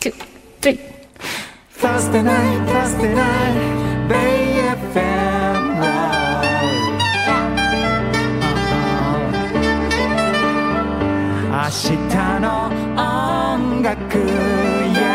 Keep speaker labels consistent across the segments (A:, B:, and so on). A: two, three.
B: Thursday night, Thursday night, Bay FM Live. 明日の音楽 yeah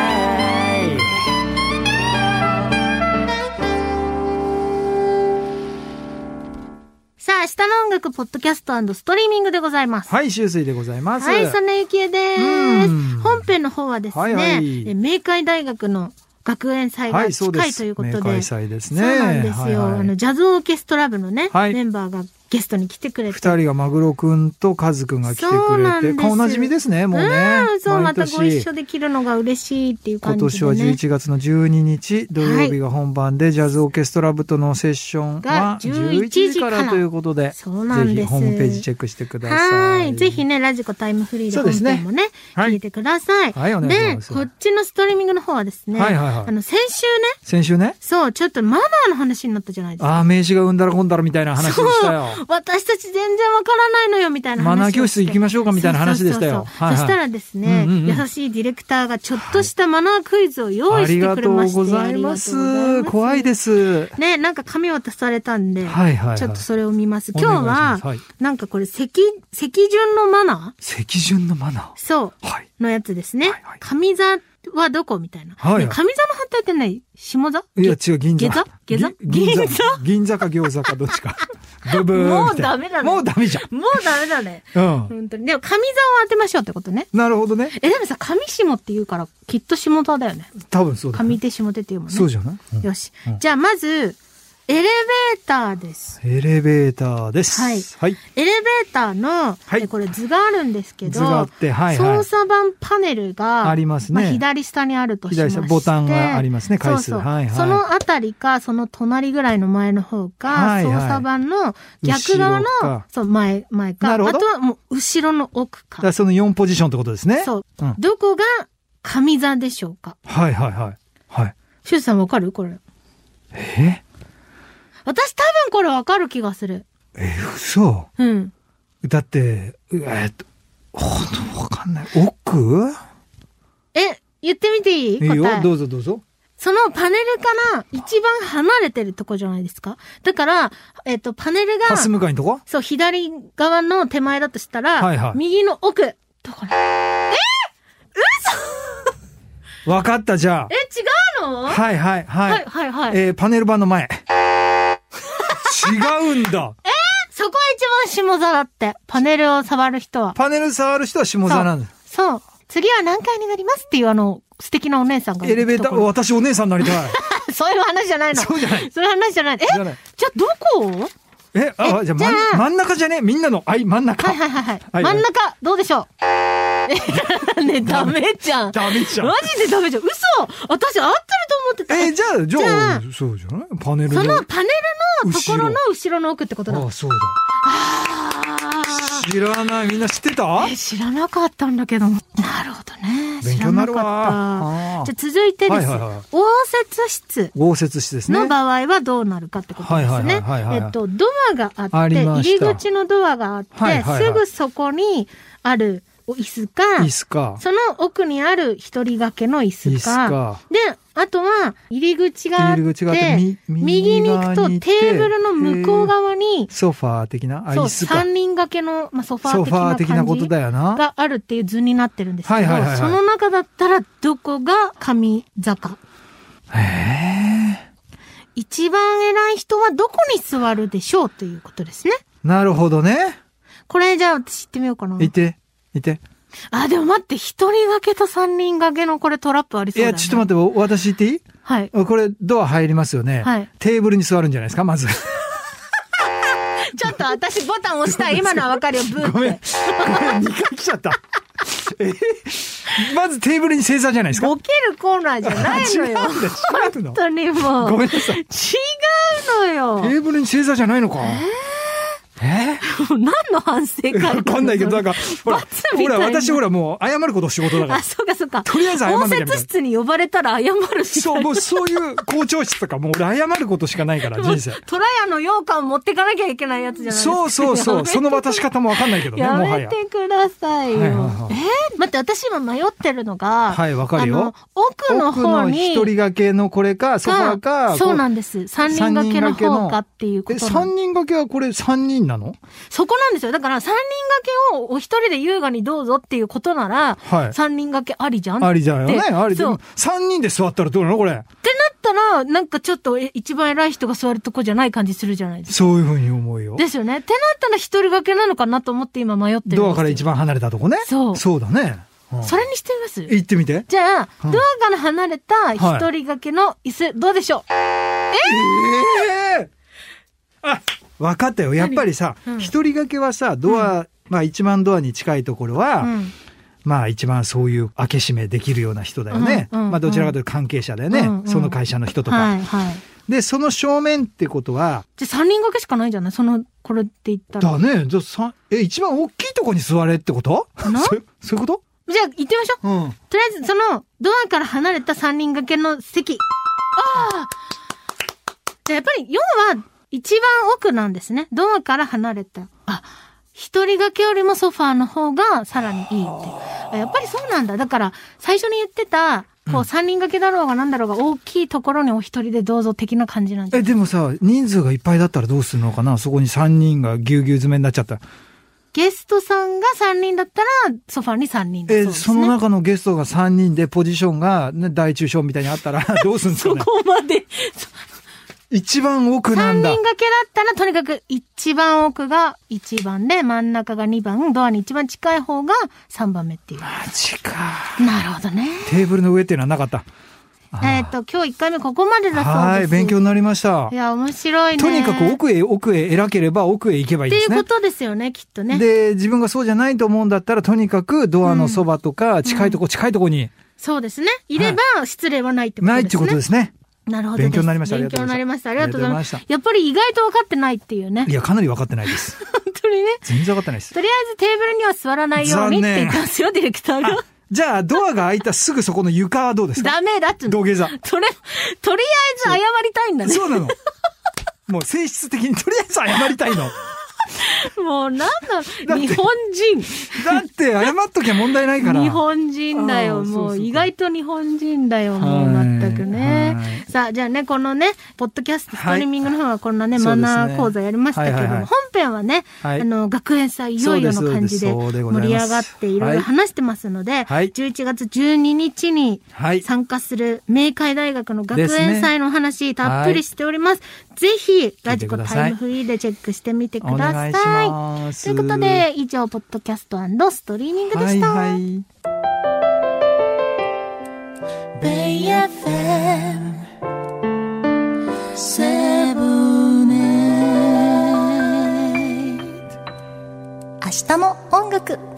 C: さあ、明日の音楽、ポッドキャストストリーミングでございます。
B: はい、修水でございます。
C: はい、サネユキエです
B: うん。
C: 本編の方はですね、
B: はいはい
C: え明海大学の学園祭
B: は
C: が
B: いそう
C: 近
B: で
C: い
B: す
C: ということで。
B: 明海祭ですね
C: そうなんですよ。
B: はいはい
C: あの、ジャズオーケストラ部のね、
B: はい
C: メンバーがゲストに来てくれて。
B: 二人がマグロくんとカズくんが来て
C: そうなん
B: く
C: で
B: れて、
C: す
B: 顔なじみですね、もうね
C: うん、。そう、ま
B: 毎
C: た
B: 年
C: ご一緒できるのが嬉しいっていう
B: 今
C: 感じで、ね。
B: 年は11月の12日土曜日が本番で、ジャズオーケストラ部とのセッションは
C: が
B: 11
C: 11
B: 時
C: 時
B: か
C: から
B: らということで、
C: そうなんです
B: ぜひホームページチェックしてください。
C: はい。ぜひね、ラジコタイムフリーで本編もね、
B: はい
C: 聞いてください。
B: はいお願いします
C: で、こっちのストリーミングの方はですね、
B: はいはいはい
C: あの、先週ね、
B: 先週ね、
C: そう、ちょっとマナーの話になったじゃないですか。
B: ああ、名刺がうんだらこんだらみたいな話でしたよ。
C: そう私たち全然わからないのよ、みたいな話を
B: マ
C: して。
B: ナー教室行きましょうかみたいな話でしたよ
C: そうそうそう
B: はいはい
C: そしたらですね、
B: うんうんうん
C: 優しいディレクターがちょっとしたマナークイズを用
B: あ
C: 意し
B: り
C: て
B: が
C: くれ
B: と
C: ま
B: う
C: して。
B: ございます。怖い
C: で
B: です。
C: ね、なんか紙渡されたんで、
B: はいはいはい
C: ちょっとそれを見ます。
B: お願い
C: 今
B: し
C: 日
B: ます
C: は、
B: はい
C: なんかこれ、席、席順のマナー
B: 席順のマナ
C: そう。
B: ー。はい。
C: のやつですね。
B: はいはい
C: 上座はどこみたいな。
B: はいはい
C: ね上座の反対ってない下座
B: いや、
C: げ
B: 違う、銀座。
C: 下座下座
B: ぎ銀座
C: 銀座
B: 銀座か餃子かどっちか。ブブーみたいな。
C: もうダメだね
B: もうダメじゃ
C: もうダメだね。
B: ん。うん。
C: 本当に。でも上座を当てましょうってことね。
B: なるほどね。
C: え、でもさ、上下って言うから、きっと下座だよね。
B: 多分そうだね、
C: 上手下手って言うもんね。
B: そうじゃない、うん
C: よし
B: うん。
C: じゃあ、まず、エレベーターです。
B: エレベーターです。
C: はい
B: はい。
C: エレベーターの、
B: はい
C: えこれ図があるんですけ
B: 図があっ
C: ど、
B: て、はいは
C: 操
B: い。
C: 作盤パネルが、
B: ありますね
C: あ左下にあるとしま
B: 左
C: して
B: 下、ボタンがありますね、回数。
C: そうそう
B: はいはい。
C: そのあたりか、その隣ぐらいの前の方か、
B: はいはい
C: 操作盤の逆側の
B: 後ろか、
C: そう、前、前か、
B: な
C: あ
B: るほど
C: とはもう後ろの奥
B: だから
C: か。
B: その4ポジションってことですね。
C: そう。
B: うん
C: どこが上座でしょうか
B: はいはいはい。はい。
C: シュウさんわかるこれ。
B: え
C: 私多分これわかる気がする。
B: え、嘘
C: うん。
B: だって、うえっと、ほんとわかんない。奥
C: え、言ってみていい
B: いいよ、
C: 答
B: ど
C: え。
B: うぞどうぞ。
C: そのパネルから一番離れてるとこじゃないですかだから、えっと、パネルが
B: パ、ス向かいのとこ
C: そう、左側の手前だとしたら、
B: はいはい
C: 右の奥。どこだ
B: わかった、じゃ
C: え、違うの
B: あ。はいはいはい。
C: はいはいはい。
B: えーパネル版の前。違うんだ。
C: そこは一番下座だって。パネルを触る人は。
B: パネル触る人は下座なんだ。
C: そう。次は何回になりますっていうあの、素敵なお姉さんがい
B: エ
C: る
B: レベータ
C: と
B: ー、
C: ころ
B: 私お姉さんになりたい。
C: そういう話じゃないの。
B: そうじゃない。
C: そういう話じゃない。え
B: じゃない
C: じゃあどこ
B: え、あ、じゃあ、まん
C: じゃあ
B: 真ん中じゃねみんなの、あい、真ん中。
C: はいはいはいはい。
B: はい
C: 真ん中、どう でしょうね、ダメじゃん。
B: ダメじゃん
C: マ。ジでダメじゃん。嘘私合ってると思って
B: え、
C: た。
B: じゃあ、じ
C: じ
B: ゃ
C: ゃ
B: あ
C: あ、
B: そうじゃないパネル
C: その
B: の。
C: パネルのところの後ろの奥ってことだ。
B: ああ、そうだ。知らない。みんな知ってた
C: え、知らなかったんだけど。なるほどね。
B: 勉
C: 知
B: 強
C: ら
B: にな
C: な
B: るわ
C: か
B: あー
C: った。じゃあ続いてです。
B: はいはいはい
C: 応接室
B: 豪雪室ですね。
C: の場合はどうなるかってことですね。
B: はいはいはいはいはい
C: えっと、ドアがあって、
B: ありま
C: 入
B: し
C: り
B: た
C: 口のドアがあって、
B: はいはいはい
C: すぐそこにあるお椅子か、
B: 椅子か。
C: その奥にある一人掛けの椅子か
B: 椅子か。
C: で、あとは入り口があって、
B: 入り口があってみ
C: 右に行く
B: 右
C: と
B: 側に行って
C: テーブルの向こう側に、
B: ソファー的な、あ、
C: そう、
B: 椅子か
C: 三。人掛けの、まあ、ソファ
B: ソファー
C: ー
B: 的
C: 的
B: な
C: な
B: こ
C: 感
B: と
C: じ
B: だよな。
C: があるっていう図になってるんですけど、
B: はいはいはいはい
C: その中だったらどこが神坂一番偉い人はどこに座るでしょうということですね。
B: なるほどね。
C: これじゃあ私行ってみようかな。
B: いて、いて。
C: あ、でも待って、一人掛けと三人掛けのこれトラップあり
B: い
C: そうだよ、
B: や、
C: ね。
B: ちょっと待って、お私言っていい
C: て。はい。
B: これ、ドア入りますよね。
C: はい
B: テーブルに座るんじゃないですか、ま ず。
C: ちょっと私ボタン 押したい。今のはわかるよ、ブーって。
B: ごめん。ごめん、2回来ちゃった。えまずテーブルに正座じゃないですか。
C: ボケるコーナーじゃない のよ。
B: 違うんだ違うの
C: 本。当にもう。
B: ごめんなさい。
C: 違うの
B: テ
C: よ。
B: ーブルに正座じゃないのか。え
C: もう何の反省 会
B: わかんないけど、なんか、ほら
C: 罰、み
B: ほ
C: た
B: ら、
C: いな
B: 私ほら、もう、謝ること仕事だか
C: あ、
B: ら。
C: そうかそうか。
B: とりあえず謝んな
C: 応
B: きゃみたいな
C: 接室に呼ばれたら謝るし。
B: そう、もうそういう校長室とか、もう俺謝ることしかない から、人生。
C: トラヤの羊羹持ってかなきゃいけないやつじゃないですか。
B: そうそうそう、その渡し方もわかんないけどね、
C: や
B: もは
C: め
B: や。
C: てくださいよ。
B: はいはいはい
C: えー待って、私今迷ってるのが、
B: はいわかるよ
C: あの奥の
B: 奥
C: 方
B: の
C: に、
B: 一人掛けのこれか、ソファーか。
C: そうなんんです。三人掛けの方かっていうこ
B: え、
C: となん
B: 三人掛けはこれ三人なの
C: そこなんですよ。だから三人掛けをお一人で優雅にどうぞっていうことなら、
B: はい
C: 三人掛けありじゃん
B: ありじゃんよね。
C: って
B: ありじゃ。
C: そうん
B: 三人で座ったらどうなのこれ。
C: ってなったら、なんかちょっとえ一番偉い人が座るとこじゃない感じするじゃないですか。
B: そういうふうに思うよ。
C: ですよね。ってなったら一人掛けなのかなと思って今迷ってるんですよ
B: ドアから一番離れたとこね。
C: そう
B: そうだね。うん
C: それにしてみます
B: 行ってみて。
C: じゃあ、
B: うん
C: ドアから離れた一人掛けの椅子、どうでしょう
B: ええあ、わかったよ。やっぱりさ、一、
C: 何うん
B: 人掛けはさ、ドア、まあ一番ドアに近いところは、
C: うん
B: まあ一番そういう開け閉めできるような人だよね。
C: うんうんうん
B: まあどちらかというと関係者だよね。
C: うんうん
B: その会社の人とか、
C: はい、はい。
B: で、その正面ってことは、
C: じゃあ三人掛けしかないんじゃないその、これって言ったら。
B: だね、じゃあさえ、一番大きいとこに座れってことそ
C: な
B: うそういうこと
C: じゃあ行ってみましょう。
B: うん。
C: とりあえず、その、ドアから離れた三人掛けの席。ああじゃあやっぱり、要は、一番奥なんですね。ドアから離れた。あ、一人掛けよりもソファーの方がさらにいいっていう。あやっぱりそうなんだ。だから、最初に言ってた、こう、三人掛けだろうがなんだろうが、大きいところにお一人でどうぞ的な感じなんじゃ
B: え、
C: ない
B: でもさ、人数がいっぱいだったらどうするのかなそこに3人がぎゅうぎゅう詰めになっちゃったら。
C: ゲストさんが三人だったら、ソファーに三人だ
B: え
C: うですね
B: その中のゲストが3人でポジションが、ね、大中小みたいにあった らどうするんですか
C: そ
B: ね
C: こまで。
B: 一番奥な
C: 三
B: ん
C: 人
B: だ。
C: 掛けだったら、とにかく一番奥が1番で、真ん中が2番、ドアに一番近い方が3番目っていう。
B: マジか。
C: なるほどね。
B: テーブルの上っていうのはなかった。あー
C: えっ、と、今日1回目ここまでだそう
B: は
C: です。
B: い、勉強になりました
C: い。や、面白いね。
B: とにかく奥へ奥へ偉ければ奥へ行けばいい
C: って
B: で
C: い
B: す
C: う
B: ね。
C: ことですよね、きっとね。
B: で、自分がそうじゃないと思うんだったら、とにかくドアのそばとか、近いとこ、近いとこに、
C: そうですね。いれば失礼はないってことですね。
B: ないってことですね。
C: なるほどです。
B: 勉強になりました。あ
C: 勉
B: りがと
C: 強
B: うご
C: にな
B: ざ
C: り
B: い
C: ま
B: ま
C: し。
B: したた。
C: ありがとうございま
B: あ
C: す
B: り。
C: やっぱり意外と分かってないっていうね
B: い。や、かなり分かってないです。
C: 本当にね。
B: 全然分かってない です。
C: とりあえずテーブルには座らないようにって言ったんですよ、ディレクターが。
B: じゃあ、ドアが開いたすぐそこの床はどうですか
C: ダメだっつうの
B: 土下座。
C: それ、とりあえず謝りたいんだね。
B: そう なの。もう性質的にとりあえず謝りたいの。だ
C: もうなんだ
B: だって
C: 日本人。
B: って謝っときゃ問題ないから。
C: 日本人だ
B: あ
C: よ。
B: ーそう
C: も
B: そうう
C: 意外と日本人だよ。もう
B: はい
C: 全く
B: は
C: ね。さあ、じゃあね、このね、ポッドキャスト、スト
B: はい
C: リーミングの方はこんなね、
B: そ
C: マ
B: うですね
C: ナー講座やりましたけれど
B: はいはい
C: も、
B: はい
C: 本編はね、
B: はい
C: あの、学園祭いよいよの感じで
B: そうですそうですそうでございま
C: 盛
B: す
C: り上がっていろいろ話してますので、
B: はい
C: 11月12日に
B: はい
C: 参加する明海大学の学
B: です
C: 園
B: ね
C: 祭のお話、たっぷりしております。ぜひ、ラジコ
B: 聞いてください
C: タイムフリーでチェックしてみてく
B: お
C: ださ
B: 願
C: い。
B: いします。
C: ということで、以上、ポッドキャストストリーミングでした。
B: はいはい。
A: 明日も音楽